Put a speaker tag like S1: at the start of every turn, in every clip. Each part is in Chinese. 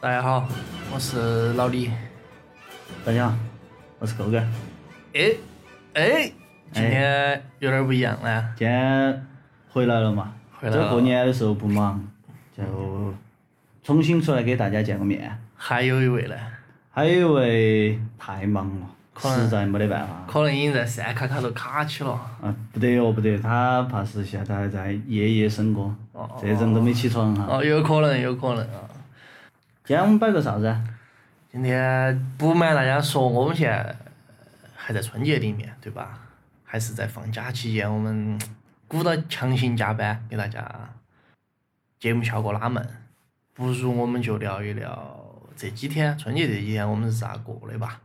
S1: 大家好，我是老李。
S2: 大家好，我是狗哥。
S1: 哎哎，今天有点不一样了。
S2: 今天回来了嘛？
S1: 回来了
S2: 这过年的时候不忙，就重新出来给大家见个面。
S1: 还有一位呢，
S2: 还有一位太忙了，
S1: 可能
S2: 实在没得办法。
S1: 可能已经在山卡卡头卡起了。
S2: 啊，不得哦，不得，他怕是现在还在夜夜笙歌
S1: 哦哦，
S2: 这人都没起床哈。
S1: 哦，有可能，有可能啊。
S2: 今天我们摆个啥子啊？
S1: 今天不瞒大家说，我们现在还在春节里面，对吧？还是在放假期间，我们鼓捣强行加班给大家节目效果拉满。不如我们就聊一聊这几天春节这几天我们是咋过的吧？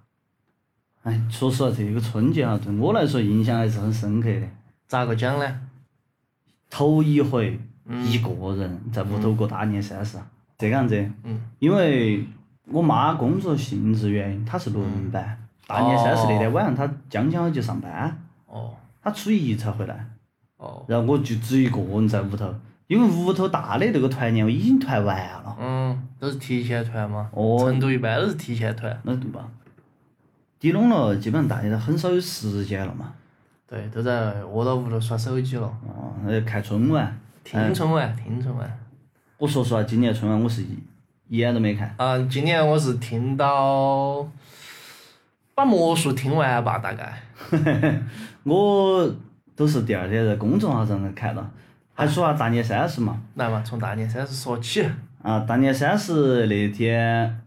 S2: 哎，说实话，这个春节啊，对我来说印象还是很深刻的。
S1: 咋个讲呢？
S2: 头一回一个人在屋头过大年三十，啊这个样子。
S1: 嗯。
S2: 因为我妈工作性质原因，她是轮班，大年三十那天晚上她将将就上班，
S1: 哦
S2: 她初一才回来，
S1: 哦，
S2: 然后我就只一个人在屋头，因为屋头大的那个团年我已经团完了，
S1: 嗯，都是提前团嘛。
S2: 哦
S1: 成都一般都是提前团，
S2: 那对吧？低拢了，基本上大家都很少有时间了嘛，
S1: 对，都在窝到屋头耍手机了，
S2: 哦，那就看春晚。
S1: 听春
S2: 哎
S1: 晚，听春晚。
S2: 我说实话，今年春晚我是一一眼都没看，
S1: 啊，今年我是听到把魔术听完吧，大概。
S2: 我都是第二天在公众号上头看到，还说啊大年三十嘛，
S1: 来嘛，从大年三十说起。
S2: 啊，大年三十那天，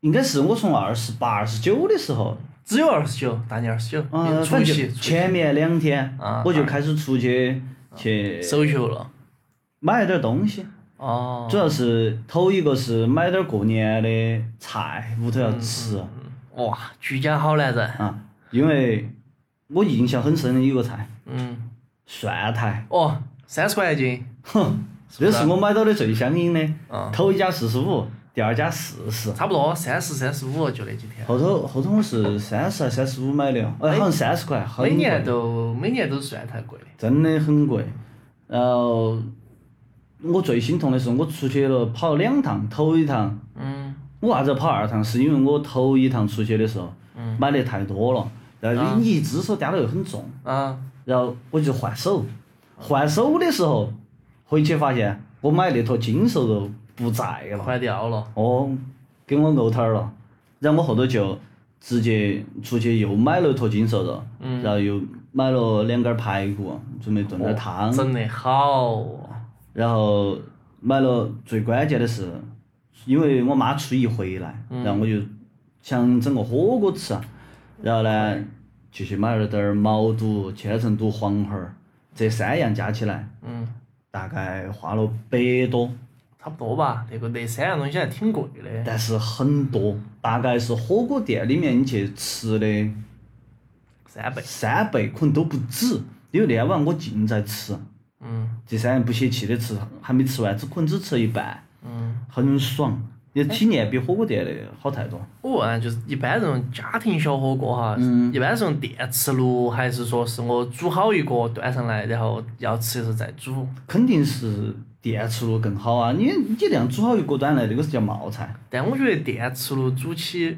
S2: 应该是我从二十八、二十九的时候，
S1: 只有二十九，大年二十九，
S2: 啊，
S1: 除
S2: 反正
S1: 夕
S2: 就
S1: 除夕
S2: 前面两天
S1: 啊，
S2: 我就开始出去去
S1: 守秀了。
S2: 买了点东西，
S1: 哦
S2: 主，要是头一个是买点过年的菜，屋头要
S1: 嗯
S2: 吃
S1: 哇，居家好男人。
S2: 啊，因为我印象很深的一个菜，
S1: 嗯，
S2: 蒜苔，
S1: 哦，三十块一斤。
S2: 哼，这是我买到的最相应的，
S1: 嗯，
S2: 头一家四十五，第二家四十。
S1: 差不多三十、三十五就那几天。
S2: 后头后头我是三十还三十五买的哦，哎，好像三十块，很
S1: 每
S2: 贵
S1: 年都每年都算太贵的。
S2: 真的很贵。然后我最心痛的是，我出去了跑两趟，头一趟
S1: 嗯
S2: 我为啥子要跑二趟？是因为我头一趟出去的时候、买的太多了，然后你一只手掂到又很重，
S1: 啊，
S2: 然后我就换手，换手的时候回去发现我买那坨金瘦肉不在了，
S1: 坏掉了。
S2: 哦，给我怄摊儿了。然后我后头就直接出去又买了坨金瘦肉，然后又买了两根儿排骨，准备炖
S1: 哦
S2: 点儿汤。
S1: 整得好哦，
S2: 然后买了，最关键的是，因为我妈初一回来，然后我就想整个火锅吃，啊然后呢就去买了点儿毛肚、千层肚、黄喉儿，这三样加起来
S1: 嗯，
S2: 大概花了百多，
S1: 差不多吧。那个那三样东西还挺贵的，
S2: 但是很多，大概是火锅店里面你去吃的
S1: 三倍。
S2: 三倍，可能都不止，因为那天晚上我尽在吃，
S1: 嗯
S2: 这三样不泄气的吃，还没吃完，只可能只吃了一半。
S1: 嗯，
S2: 很爽，你的体验比火锅店的好太多。
S1: 我问啊，就是一般这种家庭小火锅哈，一般是用电磁炉，还是说是我煮好一锅端上来，然后要吃的时候再煮？
S2: 肯定是电磁炉更好啊！你你这样煮好一锅端来，这个是叫冒菜。
S1: 但我觉得电磁炉煮起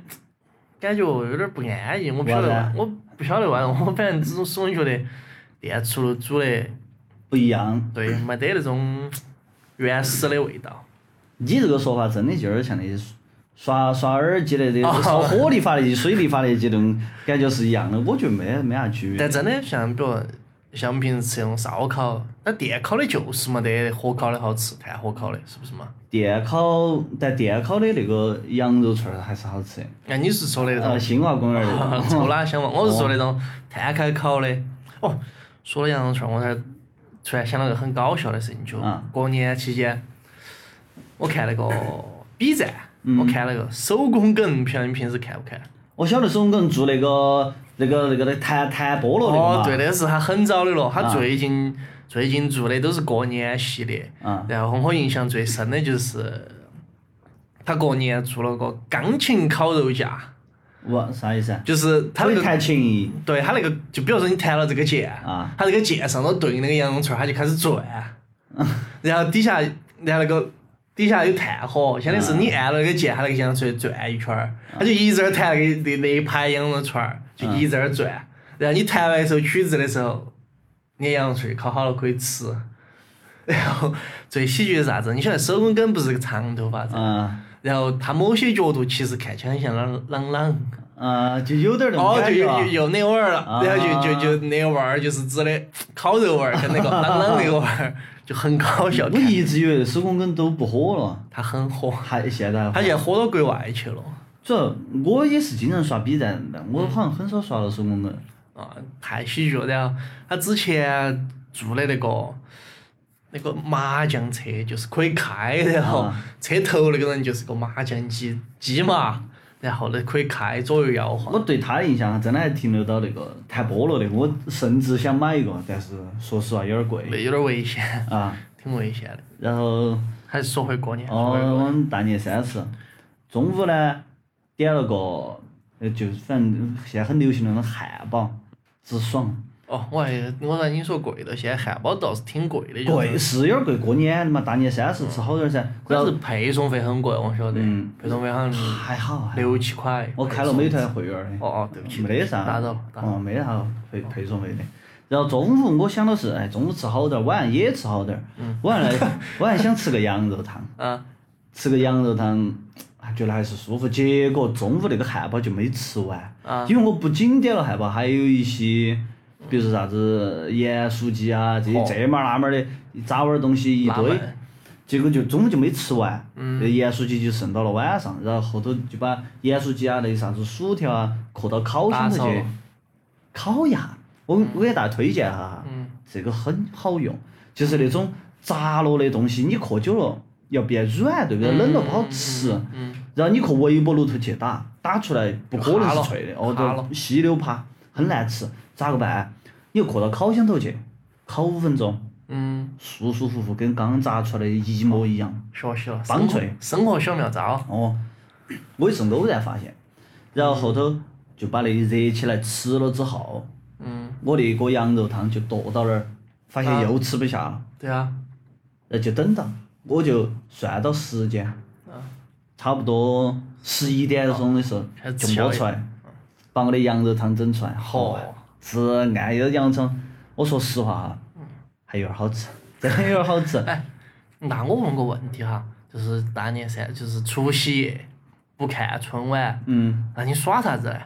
S1: 感觉有点不安逸，我不晓
S2: 为
S1: 得
S2: 啥，
S1: 我不晓得为啥，我反正总总觉得电磁炉煮的
S2: 不一样，
S1: 对没得那种原始的味道。
S2: 你这个说法真的就有点像那些耍耍耳机的这
S1: 哦
S2: 种烧火力发电机、水力发电机那种感觉是一样的，我觉得没没啥区别。
S1: 但真的像比如像我们平时吃那种烧烤，那电烤的就是没得火烤的好吃，炭火烤的是不是嘛？
S2: 电烤，但电烤的那个羊肉串儿还是好吃的。
S1: 那哎你是说的那
S2: 呃，
S1: 种
S2: 新华公园 那个，
S1: 臭辣香
S2: 哦
S1: 嘛？我是说那种炭开烤的。哦，说了羊肉串，我才突然想到个很搞笑的事情，就
S2: 啊
S1: 过年期间，我看那个 B 站，
S2: 嗯
S1: 我看那个手工梗，不晓得你平时看不看？
S2: 我晓得是我们做那个那个那个的弹弹菠萝那个
S1: 哦
S2: 嘛。，
S1: 对，那是他很早的了，他
S2: 啊
S1: 最近、最近做的都是过年系列。
S2: 啊
S1: 然后我印象最深的就是他过年做了个钢琴烤肉架，
S2: 我啥意思啊？
S1: 就是他那
S2: 会
S1: 个
S2: 弹琴
S1: 对他那个，就比如说你弹了这个键，
S2: 啊
S1: 他那个键上头对应那个洋葱串儿，他就开始转，然后底下，然后那个底下有炭火，相当于是你按了那个键，他那个洋葱串儿转一圈儿，他就一直在弹那个那那一排洋葱串儿，就一直在那儿转。然后你弹完一首曲子的时候，你洋葱烤好了可以吃。 然后最喜剧是啥子？你晓得手工梗不是个长头发子，
S2: 啊
S1: 然后他某些角度其实看起来很像朗朗朗。
S2: 啊，就有点儿那种
S1: 哦，就
S2: 感觉
S1: 有
S2: 啊
S1: 有有那个味儿了
S2: 啊，
S1: 然后就就就那个味儿，就是指的烤肉味儿跟那个啷啷那个味儿就很搞笑。
S2: 我一直以为手工梗都不火了，
S1: 他很火，
S2: 还现在
S1: 他现在火到国外去了
S2: 主要我也是经常刷 B 站的，
S1: 嗯
S2: 我好像很少刷到手工梗。
S1: 啊，太喜剧了。然后他之前做的那个那个麻将车，就是可以开，然后
S2: 啊
S1: 车头那个人就是个麻将机机嘛，然后那可以开左右摇晃。
S2: 我对他的印象还真的还停留到那个弹菠萝那个，我甚至想买一个，但是说实话有点儿贵
S1: 有点危险，
S2: 啊。
S1: 挺危险的。
S2: 然后
S1: 还是说回过年，说回
S2: 哦，
S1: 过
S2: 我们大年三十，中午呢点了个，呃，就是反正现在很流行的那种汉堡，直爽，
S1: 哦，我还我让你说贵的，现在汉堡倒是挺贵的，就是
S2: 贵是有点贵，过年的嘛，大年三十吃好点儿噻。然
S1: 关键
S2: 后
S1: 是配送费很贵，我晓得
S2: 嗯，
S1: 配送费好像
S2: 还好，还好
S1: 六七块。
S2: 我开了美团会员儿的。
S1: 哦哦，对不起，
S2: 没得啥，
S1: 打扰了，打扰了。
S2: 哦，没得啥配配送费的。然后中午我想到是，哎，中午吃好点儿，晚上也吃好点儿。
S1: 嗯
S2: 晚 上呢，晚上想吃个羊肉汤，
S1: 啊，
S2: 吃个羊肉汤，啊觉得还是舒服。结果中午那个汉堡就没吃完，
S1: 啊
S2: 因为我不仅点了汉堡，还有一些，比如说啥子盐酥鸡啊，这些
S1: 哦
S2: 这嘛儿那嘛儿的杂味儿东西一
S1: 拉
S2: 堆。
S1: 满
S2: 结果就中午就没吃完，
S1: 嗯
S2: 那盐酥鸡就剩到了晚上，然后后头就把盐酥鸡啊那些啥子薯条啊扣到烤
S1: 打
S2: 箱头去
S1: 扫嗯
S2: 烤一下。我我给大家推荐啊哈，这个很好用，就是那种炸了的东西，你刻久了要变软，对不对？
S1: 嗯
S2: 冷了不好吃。然后你刻微波炉头去打，打出来不可能是脆的，
S1: 就哈
S2: 哦，
S1: 了哈了
S2: 对，稀溜趴，很难吃，咋个办？你就刻到烤箱头去，烤五分钟，
S1: 嗯，
S2: 舒舒服服，跟刚炸出来的一模一样。
S1: 学习了，
S2: 帮
S1: 生活
S2: 脆
S1: 生活小妙招。
S2: 哦，我也是偶然发现，然后后头就把那热起来吃了之后，
S1: 嗯，
S2: 我那锅羊肉汤就剁到那儿，发现又吃不下了，
S1: 对啊，
S2: 那、就等到，我就算到时间，
S1: 啊
S2: 差不多十一点钟的时候
S1: 哦开始
S2: 就
S1: 吃宵
S2: 摸
S1: 夜
S2: 出来，把我的羊肉汤整出来，好
S1: 嚯，
S2: 是按一个洋葱，我说实话哈，
S1: 嗯
S2: 还有点儿好吃， 真的有点儿好吃，
S1: 哎，那我问个问题哈，就是大年三，就是除夕夜不看春晚，
S2: 嗯，
S1: 那你耍啥子嘞？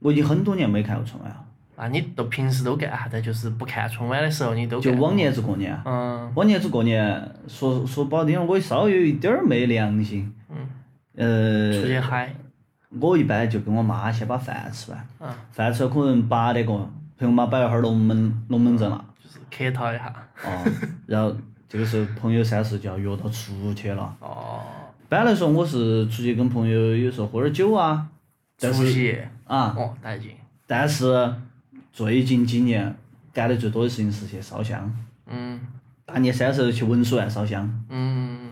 S2: 我已经很多年没看过春晚了，
S1: 那你都平时都干啥子？就是不看春晚的时候，你都
S2: 就
S1: 干
S2: 往年子过年啊。
S1: 嗯
S2: 往年子过年，说说不好听，我稍微有一点儿没良心。
S1: 出
S2: 呃，
S1: 去嗨，
S2: 我一般就跟我妈先把饭吃完，
S1: 嗯
S2: 饭吃了可能八点过，陪我妈摆了会儿龙门龙门阵了，
S1: 就是客套一下。
S2: 哦， 然后这个时候朋友三四就要约到出去了。
S1: 哦，
S2: 一般来说，我是出去跟朋友有时候喝点儿酒啊，
S1: 除
S2: 但是
S1: 夕夜
S2: 啊，
S1: 哦，带劲。
S2: 但是最近几年干得最多的事情是去烧香，
S1: 嗯
S2: 大年三十去文殊院烧香，
S1: 嗯，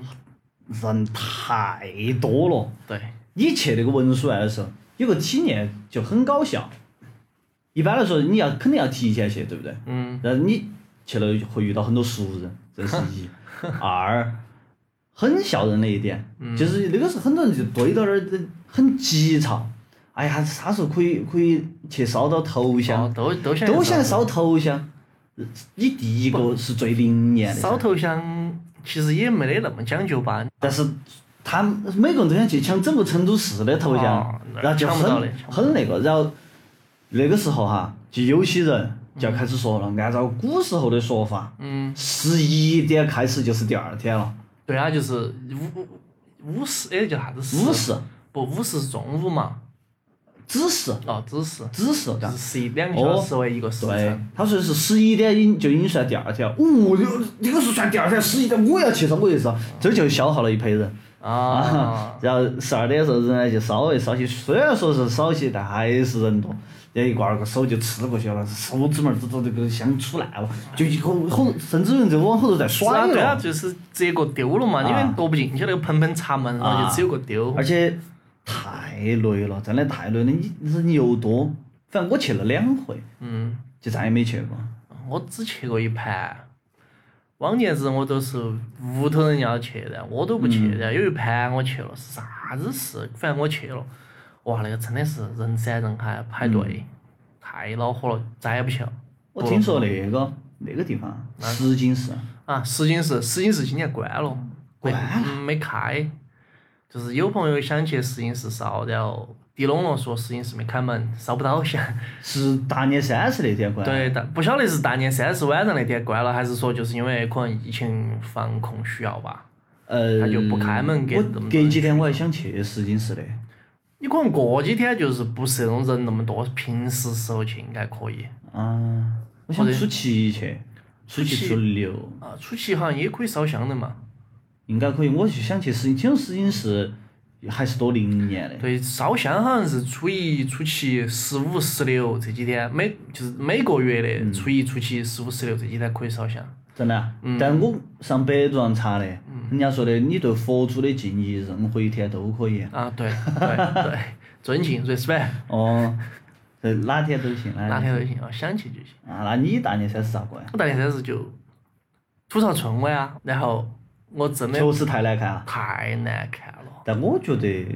S2: 人太多了。
S1: 对，
S2: 你去那个文殊院的时候，有个体验就很搞笑。一般来说，你要肯定要提前去，对不对？
S1: 嗯
S2: 然后你去了会遇到很多熟人，这是一。二，很吓人的一点，就是那个时候很多人就堆到那儿，很急躁。哎呀，啥时候可以可以去烧到头
S1: 哦
S2: 香？
S1: 都都想
S2: 都想烧头香。你第一个是最灵验的噻，
S1: 烧头香，其实也没得那么讲究吧。
S2: 但是他们每个人都想去抢整个成都市的头像，
S1: 哦那
S2: 然后就
S1: 抢不到
S2: 很
S1: 的抢不
S2: 很那个，然后那个时候哈，就有些人就要开始说了，按照古时候的说法，
S1: 嗯，
S2: 十一点开始就是第二天了，
S1: 对啊，就是午午时，哎，叫啥子时？
S2: 午时、
S1: 不，午时是中午嘛。
S2: 子时、
S1: 哦，子时，
S2: 子时，
S1: 就
S2: 嘎
S1: 是十一两个小时为一个时
S2: 啊哦对
S1: 辰。，
S2: 他说是十一点已就已经算第二天了，哦，这个这个是算第二天，十一点我要去上，我就上，这就消耗了一批人，
S1: 啊，
S2: 然后十二点的时候人呢就稍微少些，虽然说是少些，但还是人多。这一挂那个手就吃过去了，手指门儿都都这个像出烂了，就一口后，甚至有人就往后头再
S1: 是啊，
S2: 甩
S1: 对啊，
S2: 了。
S1: 就是这个丢了嘛，因
S2: 啊
S1: 为躲不进去那个盆盆插门，然后
S2: 啊
S1: 就只有个丢。
S2: 而且太累了，真的太累了。你人又多，反正我去了两回，
S1: 嗯，
S2: 就再也没去过。
S1: 我只去过一盘，往年子我都是屋头人要去的，我都不去的。有一盘我去了，是啥子事？反正我去了，哇，那个真的是人山人海，排队，太恼火了，再也不去了。
S2: 我听说那个那个地方石景寺，
S1: 啊，石景寺，石景寺今年关了，没
S2: 关
S1: 嗯没开。就是有朋友想去石景寺烧，然后地拢了说石景寺没开门，烧不到 现在。
S2: 是大年三十那天关。
S1: 对，但不晓得是大年三十晚上那天关了，还是说就是因为可能疫情防控需要吧。
S2: 呃，
S1: 他就不开门给
S2: 我
S1: 这么多
S2: 隔
S1: 人
S2: 几天我还想去石景寺的，
S1: 你可能过几天就是不是那种人那么多，平时时候去应该可以。
S2: 啊，我想
S1: 或者
S2: 初七去，初七
S1: 初七
S2: 初六
S1: 啊，初七好像也可以烧香的嘛。
S2: 应该可以。我就想去石景，听说石景寺还是多灵验的。
S1: 对，烧香好像是初一、初七、十五、十六这几天，每就是每个月的初一、初七、十五、十六这几天可以烧香。
S2: 真的啊，
S1: 嗯
S2: 但我上百度上查的，人家说的你对佛祖的敬意，任何一天都可以。
S1: 啊，对对对， 尊敬 respect，
S2: 哦，呃哪天都行，
S1: 哪
S2: 哪
S1: 天都行啊，想去就行。
S2: 啊？那你大年三十咋过呀？
S1: 我大年三十就吐槽春晚啊，然后我真的
S2: 确实太难看了，
S1: 太难看了。
S2: 但我觉得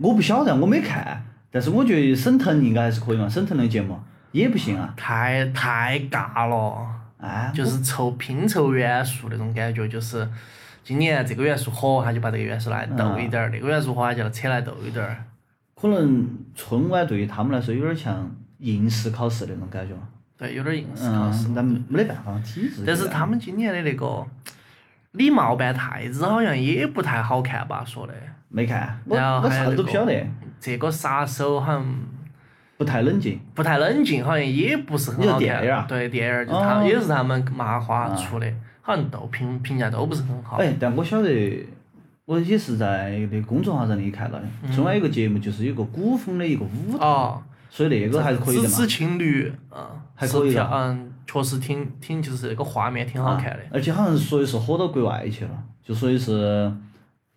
S2: 我不晓得，我没看，但是我觉得沈腾应该还是可以嘛，沈腾的节目也不行啊，
S1: 太太尬了，
S2: 哎，
S1: 就是凑拼凑元素那种感觉，就是今年这个元素火，他就把这个元素来斗一点
S2: 嗯
S1: 儿；那、个元素火，他就来扯来斗一点儿。
S2: 可能春晚对于他们来说有点像应试考试那种感觉，
S1: 对，有点硬思考试。
S2: 嗯，但没得办法，体制。
S1: 但是他们今年的那个李茂扮太子好像也不太好看吧？说的
S2: 没看，我
S1: 然后
S2: 我
S1: 还有
S2: 啥子都不
S1: 那个
S2: 晓得，
S1: 这个杀手好像
S2: 不太冷静。
S1: 不太冷静，好像也不是很好
S2: 你说电影啊
S1: 看。对，电影儿就他、
S2: 哦嗯
S1: 也是他们麻花出的，好像都评评价都不是很好。
S2: 哎，但我晓得，我也是在那公众号上里看到的。
S1: 嗯
S2: 春晚有个节目，就是有个古风的一个舞蹈，
S1: 哦，
S2: 所以那个还是可以的
S1: 只
S2: 嘛
S1: 是。情侣，嗯，
S2: 还可以
S1: 是
S2: 的
S1: 跳嗯，确实挺挺，就是那个画面挺好看的
S2: 啊。而且好像所以是火到国外去了，就所以是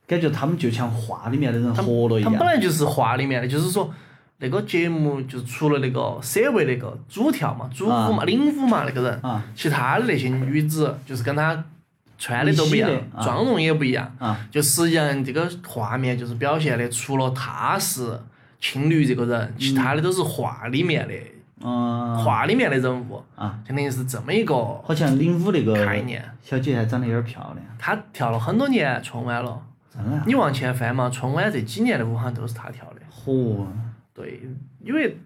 S2: 感觉他们就像画里面的人活了一
S1: 他们本
S2: 样。
S1: 来就是画里面的，就是说那个节目就除了那个社会那个主跳嘛、主舞嘛、领舞嘛那个人，
S2: 啊
S1: 其他的那些女子就是跟她穿的都不一样
S2: 一起的，啊
S1: 妆容也不一样。
S2: 啊，
S1: 就实际上这个画面就是表现的，除了她是情侣这个人，其他的都是画里面的
S2: 嗯
S1: 画里面的人物，
S2: 啊，
S1: 相当于是这么一个
S2: 好像领舞那个
S1: 概念。
S2: 小姐还长得有点漂亮，
S1: 他跳了很多年春晚了，
S2: 真的啊。
S1: 你往前翻嘛，春晚这几年的舞好像都是他跳的。
S2: 嚯，
S1: 对，因为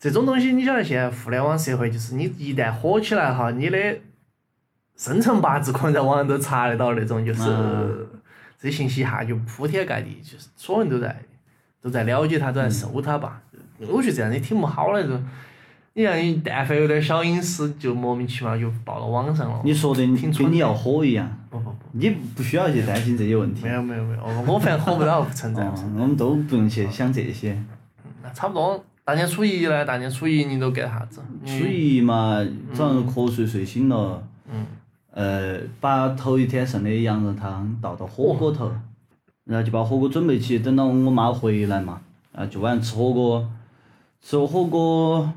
S1: 这种东西，你晓得现在互联网社会，就是你一旦火起来哈，你的生辰八字可能在网上都查得到那种，就是、
S2: 嗯
S1: 这信息一下就铺天盖地，就是所有人都在都在了解他，都在搜他吧。我觉得这样也挺不好的，就你像你但凡有点小隐私，就莫名其妙就爆到网上了。
S2: 你说的
S1: 挺蠢
S2: 跟
S1: 的
S2: 你要火一样，
S1: 不不不，
S2: 你不需要去担心这些问题
S1: 没。有没有没有，我反正火不到，不存在。不存在
S2: 嗯，我们都不用去想这些。
S1: 那差不多，大年初一呢？大年初一你都干啥子？你
S2: 初一嘛，早上瞌睡睡醒了，
S1: 嗯，
S2: 呃，把头一天剩的羊肉汤倒到火锅头，然后就把火锅准备起，等到我妈回来嘛，啊，就晚上吃火锅，吃了火锅，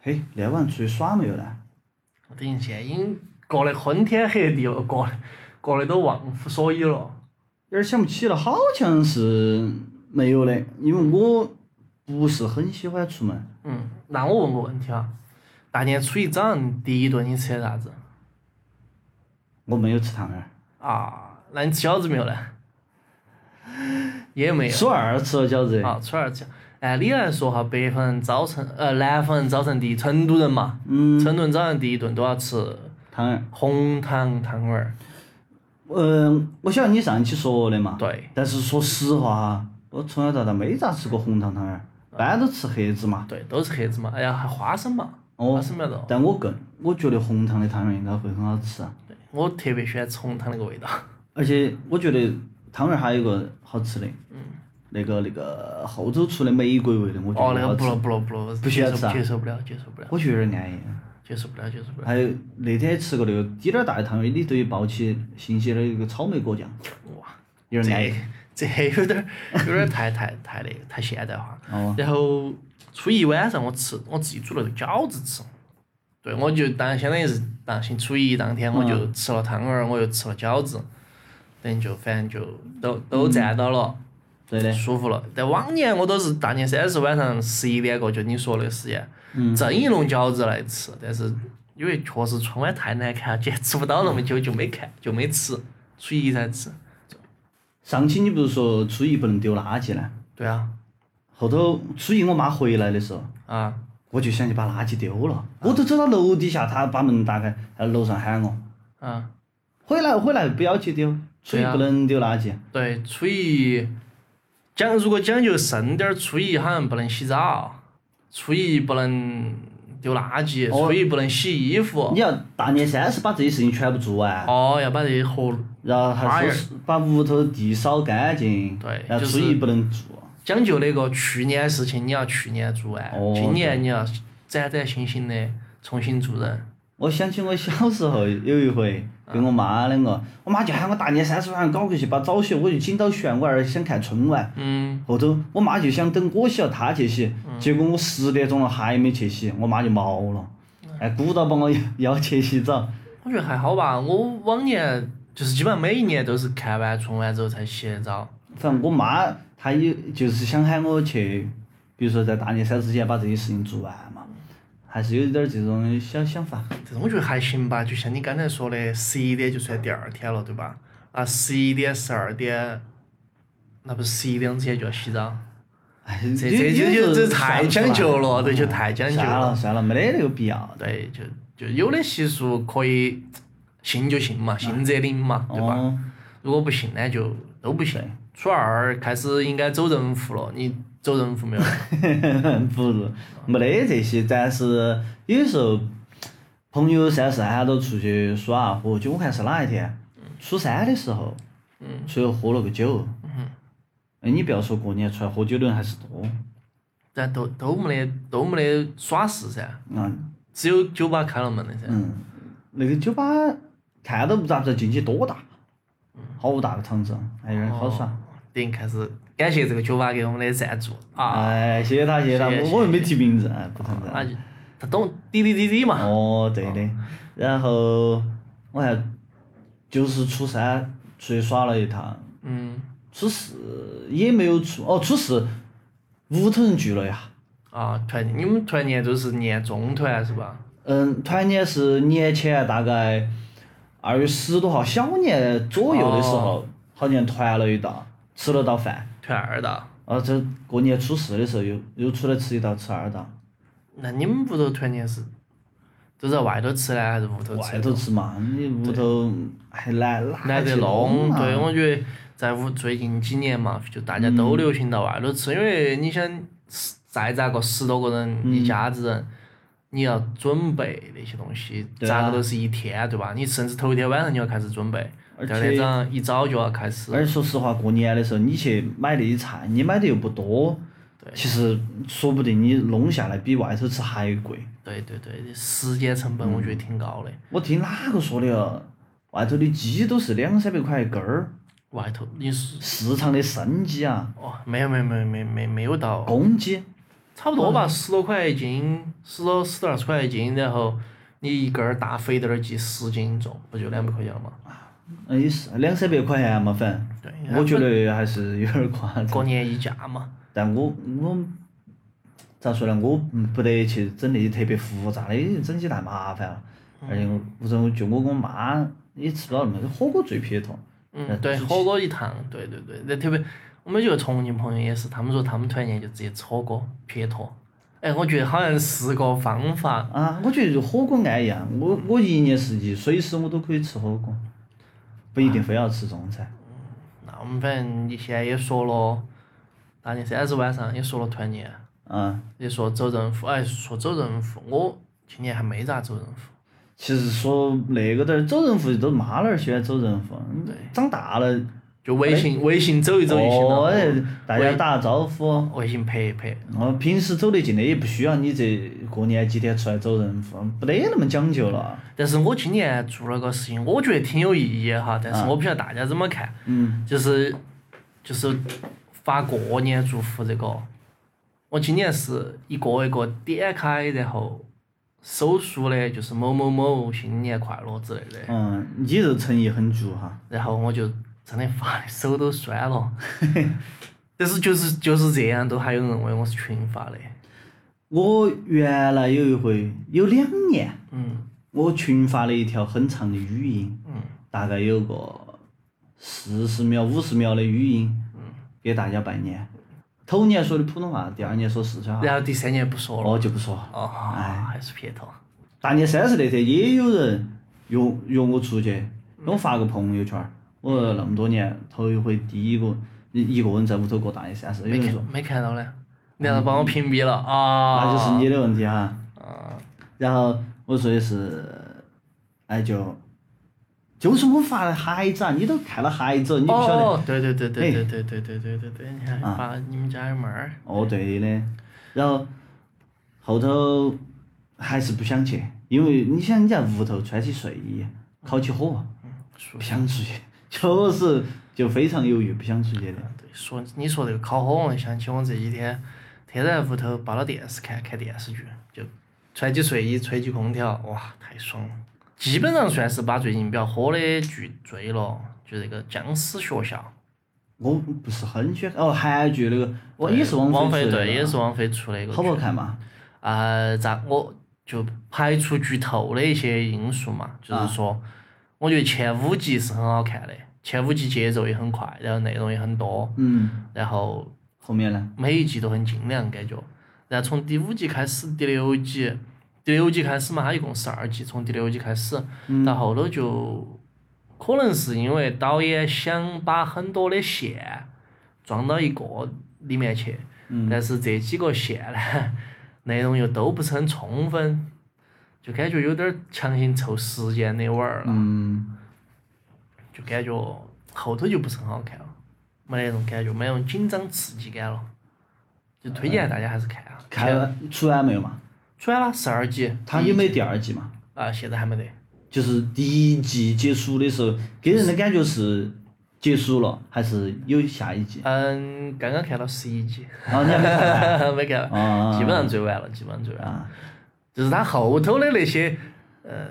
S2: 嘿，那晚出去耍没有呢？
S1: 我等于现在已经过得昏天黑地了，过得过得都忘乎所以了。
S2: 有点想不起了，好像是没有的，因为我不是很喜欢出门，
S1: 嗯，那我问个问题啊，大年初一早上第一顿你吃的啥子？
S2: 我没有吃汤圆儿，
S1: 啊，那你吃饺子没有呢？也没有。
S2: 初二吃了饺子，
S1: 啊，初二吃。按理来说哈，北方人早晨，呃，南方人早晨第一，成都人嘛，
S2: 嗯，
S1: 成都人早上第一顿都要吃
S2: 汤圆儿。
S1: 红糖汤圆儿。
S2: 嗯，我晓得你上期说的嘛。
S1: 对。
S2: 但是说实话哈，我从小到大没咋吃过红糖汤圆儿，一般都吃黑子嘛。
S1: 对，都是黑子嘛，哎呀，还花生嘛，
S2: 哦
S1: 花生苗豆。
S2: 但我更，我觉得红糖的汤圆应该会很好吃，啊
S1: 我特别喜欢吃红糖那个味道。
S2: 而且我觉得汤圆儿还有一个好吃的，
S1: 嗯
S2: 那个那个后州出的玫瑰味的，我
S1: 哦
S2: 觉，得
S1: 那
S2: 好
S1: 个
S2: 吃
S1: 不。了不了不了，
S2: 不喜
S1: 接
S2: 欢
S1: 受
S2: 吃啊
S1: 接受不了，接受不了，
S2: 我觉得有点安逸。啊
S1: 接受不了，接受不了。
S2: 还有那天吃过那个滴点儿大的汤圆，里头又包起新鲜的一个草莓果酱，
S1: 哇，
S2: 有点安逸。
S1: 这 这有点儿有点儿太太太那个太现代化。
S2: 哦，
S1: 然后初一晚上我吃我自己煮了个饺子吃，对，我就当相当于是当星初一当
S2: 嗯
S1: 天我就吃了汤圆儿，我又吃了饺子，等于就反正就都
S2: 嗯
S1: 都占到了。
S2: 对的，
S1: 舒服了。在往年我都是大年三十晚上十一点过，就你说那个时间，
S2: 嗯
S1: 正一笼饺子来吃，但是因为确实春晚太难看，今天吃不到那么久，就没看，就没吃，初一才吃。
S2: 上期你不是说初一不能丢垃圾呢？
S1: 对啊，
S2: 后头初一我妈回来的时候，
S1: 啊，
S2: 我就想去把垃圾丢了，我都走到楼底下，她把门打开，她楼上喊我
S1: 啊，
S2: 回来回来，不要去丢，初一
S1: 对啊
S2: 不能丢垃圾。
S1: 对，初一讲如果讲究深点儿，初一好像不能洗澡，初一不能丢垃圾，
S2: 哦
S1: 初一不能洗衣服
S2: 你。要大年三十把这些事情全部做完，
S1: 哦，要把这些活
S2: 然后
S1: 花
S2: 还收
S1: 园
S2: 拾，把屋头地扫干净。
S1: 对
S2: 然后
S1: 就
S2: 初
S1: 是
S2: 一不能做。
S1: 讲究那个去年的事情，你要去年做完，
S2: 哦
S1: 今年你要崭崭新新的重新做人。
S2: 我想起我小时候有一回
S1: 啊
S2: 跟我妈两个，我妈就喊我大年三十晚上搞过去把澡洗，我就紧到悬，我儿想看春晚。
S1: 嗯，
S2: 后头我妈就想等我洗了她去洗，结果我十点钟了还没去洗，我妈就毛了，
S1: 嗯
S2: 哎，鼓捣把我要去洗澡。
S1: 我觉得还好吧。我往年就是基本上每一年都是看完春晚之后才洗的澡。
S2: 反正我妈她有就是想喊我去，比如说在大年三十前把这些事情做完嘛，
S1: 嗯
S2: 还是有一点儿这种小想法。
S1: 但是我觉得还行吧，就像你刚才说的，十一点就算第二天了，对吧？啊，十一点、十二点，那不是十一点之前就要洗澡？
S2: 哎，
S1: 这
S2: 有
S1: 这这就
S2: 有时候
S1: 这
S2: 算
S1: 太
S2: 不出
S1: 讲
S2: 来
S1: 究了，这就太讲究
S2: 算了算了，没得那个必要。
S1: 对，就就有的习俗可以信就信嘛，信则灵嘛，对吧？
S2: 哦，
S1: 如果不信呢，就都不信
S2: 对。
S1: 初二开始应该走人户了，你走人户没 有？
S2: 哦不是没得这些，但是有时候朋友三四喊着出去耍喝酒，我看是哪一天，初三的时候，
S1: 嗯
S2: 出去喝了个酒。哎，你不要说过年出来喝酒的人还是多，
S1: 但都都没得都没得耍事噻，
S2: 嗯
S1: 只有酒吧开了门的噻。
S2: 嗯，那个酒吧看都不咋不知道进去多大，
S1: 嗯
S2: 好大个场子，哎，有点好耍。
S1: 等于哦开始感谢这个酒吧给我们的赞助啊，
S2: 哎，谢谢他，谢谢他，
S1: 谢谢
S2: 我我又没提名字，哎，不存在
S1: 那。就他懂滴滴滴滴嘛。
S2: 哦，对的。
S1: 啊
S2: 然后我还就是初三出去耍了一趟，
S1: 嗯
S2: 初四也没有出哦，初四屋头人聚了呀。
S1: 啊，团你们团年都是年中团是吧？
S2: 嗯，团年是年前大概二月十多号小年左右的时
S1: 哦
S2: 候，好像团了一道，吃了道饭。
S1: 团二道。
S2: 啊，这过年初四的时候又又出来吃一道，吃二道，
S1: 那你们屋头团年是都在外头吃呢，还是屋头吃？
S2: 外头吃嘛，你屋头还难
S1: 懒得
S2: 去
S1: 弄，
S2: 啊
S1: 对，我觉得在屋最近几年嘛，就大家都流行到外头吃，因为你想十再咋个十多个人，一家子人，你要准备那些东西，
S2: 对啊
S1: 咋个都是一天，对吧？你甚至头一天晚上就要开始准备，
S2: 而
S1: 第二天
S2: 且
S1: 早上一早就要开始。
S2: 而且说实话，过年的时候你去买那些菜，你买的又不多，
S1: 对
S2: 其实说不定你弄下来比外头吃还贵。
S1: 对对对，时间成本我觉得挺高的。
S2: 我听哪个说的哦，外头的鸡都是两三百块一根儿，
S1: 外头你是
S2: 市场的生鸡啊，
S1: 哦，没有没有没有没有没有没有到，
S2: 公鸡，
S1: 差不多吧，十多块一斤，十多十多二十块一斤，然后你一根儿大肥点儿鸡十斤重，不就两百块钱了吗？
S2: 嗯也是两三百块钱嘛，反
S1: 啊对，
S2: 正我觉得还是有点儿夸
S1: 过
S2: 张。
S1: 年一家嘛，
S2: 但我我咋说呢，我嗯不得去整那些特别复杂的，整起太麻烦了。而且我，我说就我跟我妈也吃不到那么多火锅最撇脱。
S1: 嗯，
S2: 嗯
S1: 对，
S2: 之前
S1: 火锅一趟，对对对，那特别我们有个重庆朋友也是，他们说他们团年就直接吃火锅撇脱，哎，我觉得好像是个方法，
S2: 啊，我觉得火锅安逸啊！我我一年四季随时我都可以吃火锅，不一定非要吃中餐。
S1: 那我们反正你现在也说了，大年三十晚上也说了团年，
S2: 啊，
S1: 也说走人户，哎，说走人户，我今年还没咋走人户，
S2: 其实说那个点儿走人户都妈老儿喜欢走人户，
S1: 对
S2: 长大了
S1: 就微信微信走一走就行
S2: 哎
S1: 了。
S2: 哦，哎大家打个招呼。
S1: 微信拍一拍，
S2: 我平时走得近的也不需要你这过年几天出来走人，不得那么讲究了。
S1: 但是我今年做了个事情，我觉得挺有意义的哈，但是我不晓得大家怎么看，
S2: 啊嗯，
S1: 就是就是发过年祝福这个，我今年是一个一个点开，然后手输的，就是某某某新年快乐之类的，
S2: 嗯，你这诚意很足哈。
S1: 然后我就真的发的手都酸 了，但是就是就是这样，都还有人认为我是群发的，
S2: 我原来有一回，有两年，
S1: 嗯
S2: 我群发了一条很长的语音，
S1: 嗯
S2: 大概有个四十秒、五十秒的语音，
S1: 嗯
S2: 给大家拜年。头年说的普通话，第二年说四川话，
S1: 然后第三年不说了，
S2: 我就不说了。
S1: 哦，
S2: 哎
S1: 还是撇头，
S2: 大年三十那天也有人约约我出去，我发个朋友圈儿，我那么多年头一回第一个一一个人在屋头过大年三十，有
S1: 没
S2: 人说嗯
S1: 看没看到嘞，难道把我屏蔽了啊？
S2: 那就是你的问题哈。
S1: 啊，
S2: 然后我说的是，哎就，就是我发的孩子啊，你都看了孩子，你啊不晓得。
S1: 哦，对对对对对对对对对对对，你看把你们家的猫儿，
S2: 哦，对的。然后后头还是不想去，因为你想你在屋头穿起睡衣，烤起火，
S1: 嗯说
S2: 不想出去，确实就非常犹豫，不想出去的。
S1: 对说你说这个烤火，我想起我这几天天天在屋头扒了电视看看电视剧，就穿起睡衣吹起空调，哇，太爽了！基本上算是把最近比较火的剧追了，就这个《僵尸学校》。
S2: 我不是很喜欢哦，韩剧那个，我
S1: 对
S2: 哦也是
S1: 王
S2: 菲
S1: 菲
S2: 出的，啊
S1: 对，也是王菲出的一个
S2: 好
S1: 剧
S2: 不好看嘛？
S1: 啊，咋我就排除剧透的一些因素嘛，就是说，我觉得前五集是很好看的，前五集节奏也很快，然后内容也很多，
S2: 嗯，
S1: 然后
S2: 后面呢？
S1: 每一集都很精良感觉。然后从第五集开始，第六集，第六集开始嘛，它一共十二集，从第六集开始到后头就，可能是因为导演想把很多的线装到一个里面去，但是这几个线呢，内容又都不是很充分，就感觉有点儿强行凑时间那玩儿了，
S2: 嗯，
S1: 就感觉后头就不是很好看了，没那种感觉，没那种紧张刺激感了，就推荐大家还是看啊。
S2: 看完出完没有嘛？
S1: 出来了十二集，
S2: 它有没有第二季嘛？
S1: 啊，现在还没得。
S2: 就是第一季结束的时候，给人的感觉是结束了，还是有下一季？
S1: 嗯，刚刚看到十一 集，
S2: 啊，你还没看完
S1: 没看完，
S2: 啊？
S1: 基本上追完了，基本上追完了。
S2: 啊，
S1: 就是他后头的那些，呃，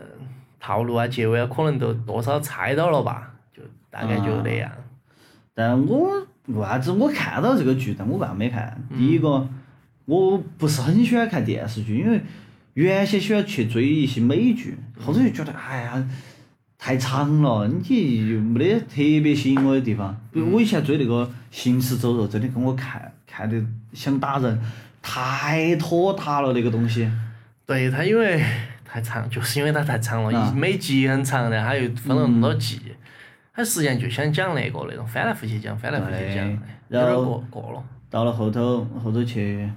S1: 套路啊、结尾啊，可能都多少猜到了吧，就大概
S2: 啊
S1: 就那样。
S2: 但我为啥子我看到这个剧，但我为啥没看？第一个，我不是很喜欢看电视剧，因为原先喜欢去追一些美剧，后头就觉得哎呀太长了，你又没得特别吸引我的地方。比如我以前追那个《行尸走肉》，真的跟我看看的想打人，太拖沓了那个东西。
S1: 对他，因为太长， 就是因为他太长了，
S2: 啊嗯
S1: 每集很长的，他又分了那么多季，他实际上就想讲那个那种翻来覆去讲，翻来覆去讲，有
S2: 然
S1: 点
S2: 后
S1: 过过了。
S2: 到了后头后头去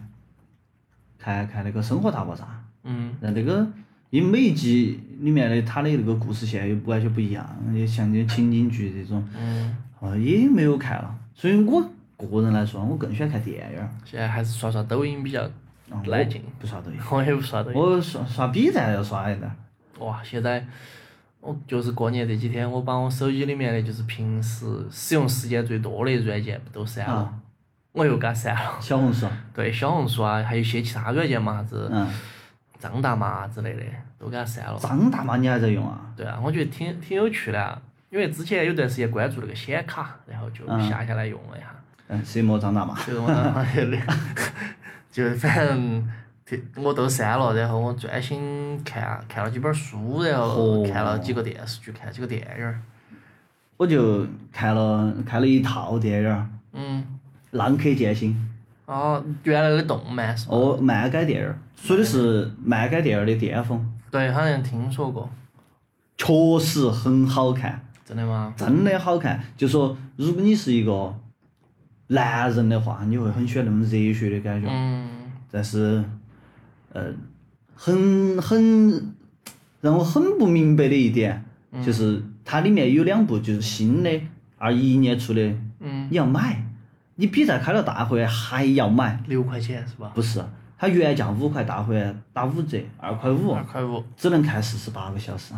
S2: 看看那个《生活大爆炸》。
S1: 嗯，
S2: 那这个因为每一集里面的它的那个故事线又不完全不一样，也像这情景剧这种，
S1: 嗯，
S2: 啊也没有看了。所以我个人来说，我更喜欢看电影儿，
S1: 现在还是刷刷抖音比较
S2: 啊
S1: 来劲。
S2: 不刷抖音，
S1: 我也不刷抖音。
S2: 我刷刷 B 站要刷一点儿。
S1: 哇，现在我就是过年这几天，我把我手机里面的就是平时使用时间最多的软件不都删了，
S2: 啊
S1: 我又给它删了。
S2: 小红书，
S1: 对，小红书啊，还有一些其他软件嘛，啥子
S2: 嗯，
S1: 张大妈之类的，都给它删了。
S2: 张大妈你还在用啊？
S1: 对啊，我觉得挺挺有趣的、啊，因为之前有段时间关注那个显卡，然后就
S2: 嗯
S1: 下下来用了一下，
S2: 嗯，谁没张大妈？
S1: 就是我当时 就反正挺我都删了，然后我专心看看了几本书，然后
S2: 嚯
S1: 看了几个电视剧，看几个电影儿。
S2: 我就看了看了一套电影儿，
S1: 嗯，
S2: 《浪客剑心》。
S1: 哦，原来的动漫是吧？
S2: 哦，漫改电影儿，说的是漫改电影儿的巅峰，
S1: 对，好像听说过，
S2: 确实很好看。
S1: 真的吗？
S2: 真的好看。就说如果你是一个男人的话，你会很喜欢那种热血的感觉，
S1: 嗯，
S2: 但是，呃，很很
S1: 嗯
S2: 让我很不明白的一点，就是它里面有两部就是新的，二一一年出的，
S1: 嗯，
S2: 你要买，你比在开了大会还要买，
S1: 六块钱是吧？
S2: 不是，它原价五块，大会打五折，二块五
S1: 二，块五。
S2: 只能看四十八个小时。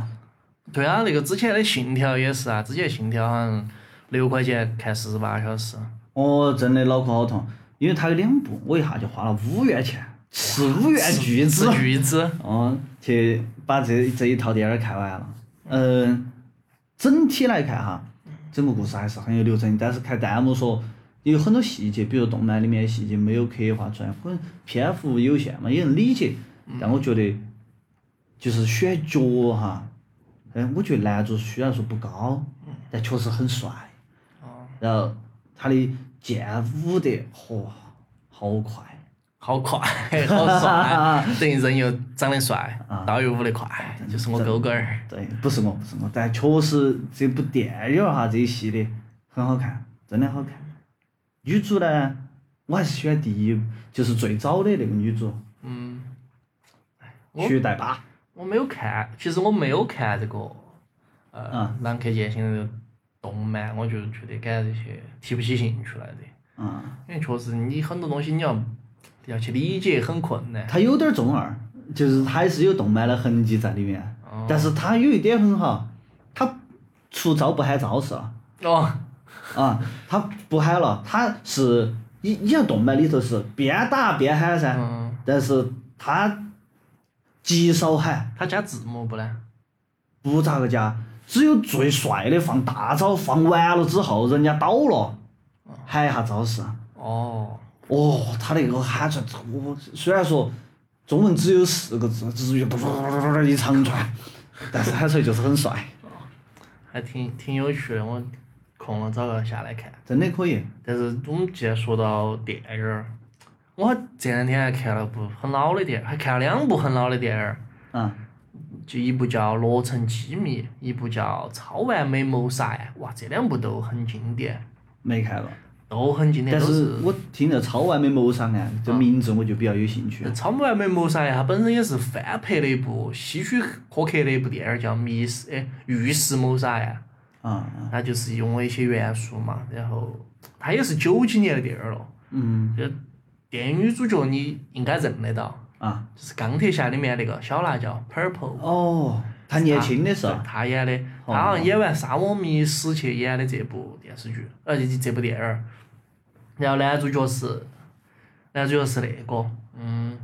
S1: 对啊，那个之前的信条也是啊，之前信条好像六块钱看四十八小时，
S2: 哦，真的脑壳好痛，因为它有两部，我一下就花了五元钱，十五元巨资
S1: 吃，橘子，
S2: 哦，去把这这一套电影看完了。嗯、整体来看哈，整个故事还是很有流程，但是看弹幕说有很多细节，比如动漫里面的细节没有刻画出来，可能篇幅有限嘛，也能理解。但我觉得就是选角哈，哎，我觉得男主虽然说不高，但确实很帅。然后他的剑舞得，嚯，好快！
S1: 好快，好啊帅，等于人又长得帅，刀又舞得快，就是我勾勾儿。
S2: 对，不是我，不是我，但确实这部电影儿哈，这一系列很好看，真的好看。女主呢，我还是喜欢第一，就是最早的那个女主
S1: 嗯，我
S2: 徐代巴。
S1: 我没有看，其实我没有看这个，呃
S2: 嗯，
S1: 《浪客剑心》的动漫，我就觉得感觉这些提不起兴趣来的，
S2: 嗯，
S1: 因为确实你很多东西你要要去理解很困难。
S2: 她有点儿中二，就是她还是有动漫的痕迹在里面。
S1: 哦
S2: 但是她有一点很好，她出招不喊招式了。
S1: 哦，
S2: 啊，她不喊了，她是你你像动漫里头是边打边喊噻，
S1: 嗯，
S2: 但是她极少喊。
S1: 他加字幕不呢？
S2: 不咋个加，只有最帅的放大招，放完了之后人家倒了，喊一下招式。
S1: 哦，
S2: 啊哦，他那个喊出来，我虽然说中文只有四个字，只是噗一长串，但是喊出来就是很帅，
S1: 还挺挺有趣的，我空了找个下来看。
S2: 真的可以。
S1: 但是我们既然说到电影儿，我还这两天还看了部很老的电影，还看了两部很老的电影儿，
S2: 嗯，
S1: 就一部叫《罗城机密》，一部叫《超完美谋杀案》。哇，这两部都很经典，
S2: 没看过，
S1: 都很经典，
S2: 但
S1: 哎都
S2: 是我听着《超完美谋杀案》这名字我就比较有兴趣
S1: 《超完美谋杀案》它本身也是翻拍的一部希区柯克的一部电影，叫《密室》哎，《浴室谋杀案》。
S2: 啊、嗯。
S1: 它就是用了一些元素嘛，然后它也是九几年的电影了。
S2: 嗯
S1: 就电影女主角你应该认得到，
S2: 啊
S1: 就是《钢铁侠》里面那个小辣椒 Purple，
S2: 哦，他年轻的时候
S1: 对她演的，
S2: 哦
S1: 她好像演完《沙漠迷失》去演的这部电视剧，呃，这这部电影儿。然后男主角是，男主角是那个，嗯，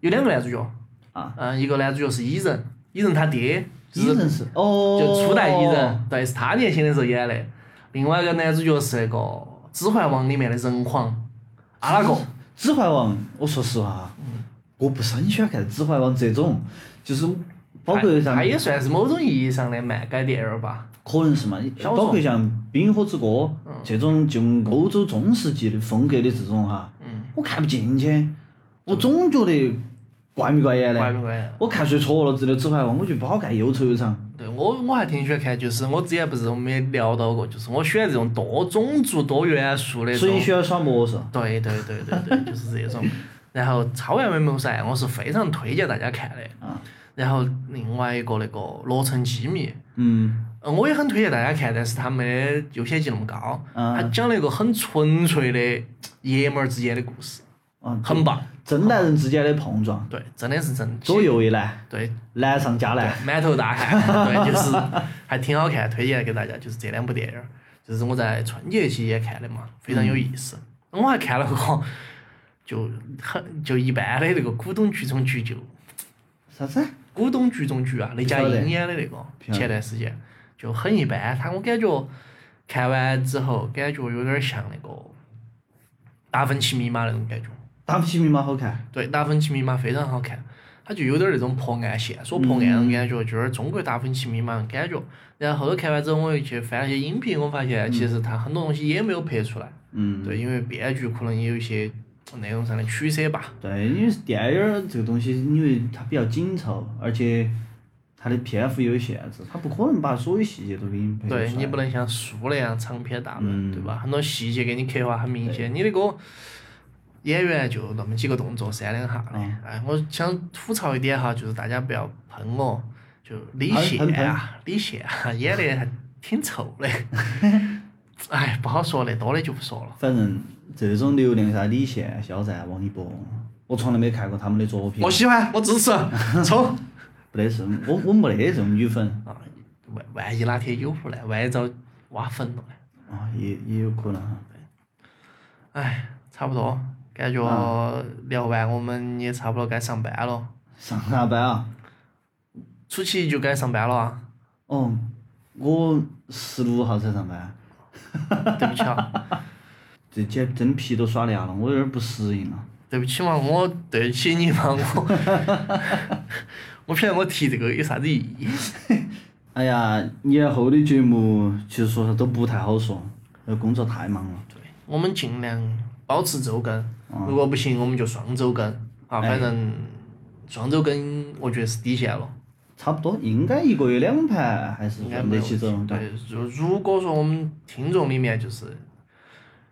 S1: 有两个男主角，
S2: 啊，
S1: 嗯，一个男主角是蚁人，蚁人他爹，
S2: 一
S1: 就是
S2: 人哦是哦，
S1: 就初代蚁人，对，是他年轻的时候演的。另外一个男主角是那个《指环王》里面的人皇阿拉贡。
S2: 指环王，我说实话，啊我不是很喜欢看指环王这种，就是包括像
S1: 它也算是某种意义上的漫改电影儿吧。
S2: 可能是嘛，
S1: 小嗯
S2: 包括
S1: 众
S2: 像《冰与火之歌》这种就欧洲中世纪的风格的这种哈，
S1: 嗯
S2: 我看不进去，我总觉得怪迷怪眼
S1: 怪
S2: 的。
S1: 不怪？
S2: 我看睡着了，这类指环王，我觉得不好看，又臭又长。
S1: 对我我还挺喜欢看，就是我之前不是我们也聊到过，就是我喜欢这种多种族多元素的这
S2: 所以
S1: 种
S2: 你。喜欢耍魔兽，
S1: 对对对对对，就是这种。然后《超完美谋杀案》我是非常推荐大家看的。
S2: 啊
S1: 然后另外一个那个《罗城机密》，
S2: 嗯，
S1: 呃，我也很推荐大家看，但是它没得优先级那么高。
S2: 嗯
S1: 它讲了一个很纯粹的爷们儿之间的故事，
S2: 啊，
S1: 很棒。
S2: 真男人之间的碰撞，
S1: 对，真的是真
S2: 左右为难，
S1: 对
S2: 难上加
S1: 对
S2: 难。，
S1: 满头大 汗，对，就是还挺好看，推荐给大家。就是这两部电影儿，就是我在春节期间看的嘛，非
S2: 嗯
S1: 常有意思。我还看了个就很就一般的那个《古董局中局》就《
S2: 啥子？
S1: 古董局中局》啊，雷佳
S2: 不晓得
S1: 音演的那个，
S2: 不晓得
S1: 前段时间就很一般。他我感觉看完之后，感觉有点像那个《达芬奇密码》那种感觉。
S2: 打不起密码好看。
S1: 对，《达芬奇密码》非常好看，它就有点儿那种破案线索破案那种感觉，就有点儿中国《达芬奇密码》的感觉。然后后头看完之后，我又去翻了一些影评，我发现其实它很多东西也没有拍出来。
S2: 嗯，
S1: 对，因为编剧可能也有一些内容上的取舍吧。
S2: 对，因为电影儿这个东西，因为它比较紧凑，而且它的篇幅有限制，它不可能把所有细节都给你拍出来。
S1: 对你不能像书那样长篇大论，
S2: 嗯
S1: 对吧？很多细节给你刻画很明显，你那个演员就那么几个动作，三两下的
S2: 嗯。
S1: 哎，我想吐槽一点哈，就是大家不要喷我，就李
S2: 喷
S1: 现
S2: 喷喷
S1: 啊，李现啊，演的还挺臭的。哎，不好说的，多的就不说了。
S2: 反正这种流量噻，李现、肖战、王一博，我从来没看过他们的作品
S1: 我，喜欢，我支 持，冲！
S2: 不得是，我我没得这种女粉
S1: 啊，万万一哪天有了呢？万一遭挖坟了呢？
S2: 啊，也也有可能哈。
S1: 哎，差不多，感觉
S2: 啊
S1: 聊完我们也差不多该上班了。
S2: 上啥班啊？
S1: 初七就该上班了啊！
S2: 哦，我十六号才上班，
S1: 对不起啊。
S2: 这姐真皮都耍凉了，我有点不适应啊了。
S1: 对不起嘛，我对得起你嘛，我 我晓得我提这个有啥子意义？
S2: 哎呀，年后的节目其实说啥都不太好说，呃工作太忙了。
S1: 我们尽量保持周更，
S2: 啊
S1: 如果不行我们就双周更啊，
S2: 哎
S1: 反正双周更我觉得是底线了，
S2: 差不多应该一个月两盘还是
S1: 应该
S2: 算
S1: 没
S2: 得
S1: 有
S2: 起走
S1: 问。题
S2: 对，
S1: 对，如如果说我们听众里面就是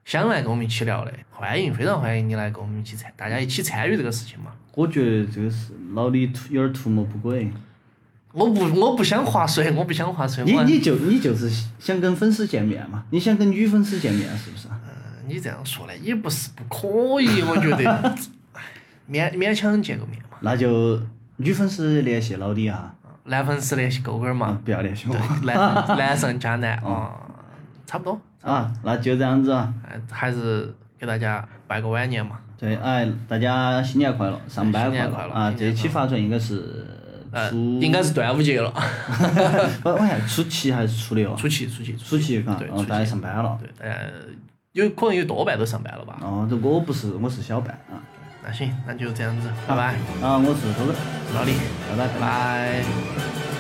S1: 想来跟我们一起聊的，欢迎非常欢迎你来跟我们一起参，大家一起参与这个事情嘛。
S2: 我觉得这个是老李图有点图谋不轨。
S1: 我不我不想划水，我不想划水，
S2: 你
S1: 我
S2: 你就你就是想跟粉丝见面嘛？你想跟女粉丝见面是不是？
S1: 嗯你这样说呢也不是不可以，我觉得勉勉强见个面嘛。
S2: 那就女粉丝联系老李啊，
S1: 男粉丝联系狗狗儿 嘛，
S2: 嗯不要联系
S1: 对
S2: 我，
S1: 男男上加男啊，差不多，
S2: 啊。那就这样子啊。
S1: 哎，还是给大家拜个晚年嘛。
S2: 对，哎，大家新年快乐，上班
S1: 新年
S2: 乐
S1: 快乐
S2: 啊！
S1: 新
S2: 这
S1: 年
S2: 期发出来应该是
S1: 呃，
S2: 初，
S1: 应该是端午节了，
S2: 不， 我看初七还是初六啊？
S1: 初七，初七，
S2: 初七嘎，
S1: 对，初
S2: 然后啊哦大家
S1: 七，
S2: 上班了。
S1: 对，大家有可能有多半都上班了吧？
S2: 哦，这我不是，我是小办啊。
S1: 那行，那就这样子，拜拜，
S2: 啊，我是周周，
S1: 老李，
S2: 拜拜，拜
S1: 拜
S2: 拜。
S1: 拜。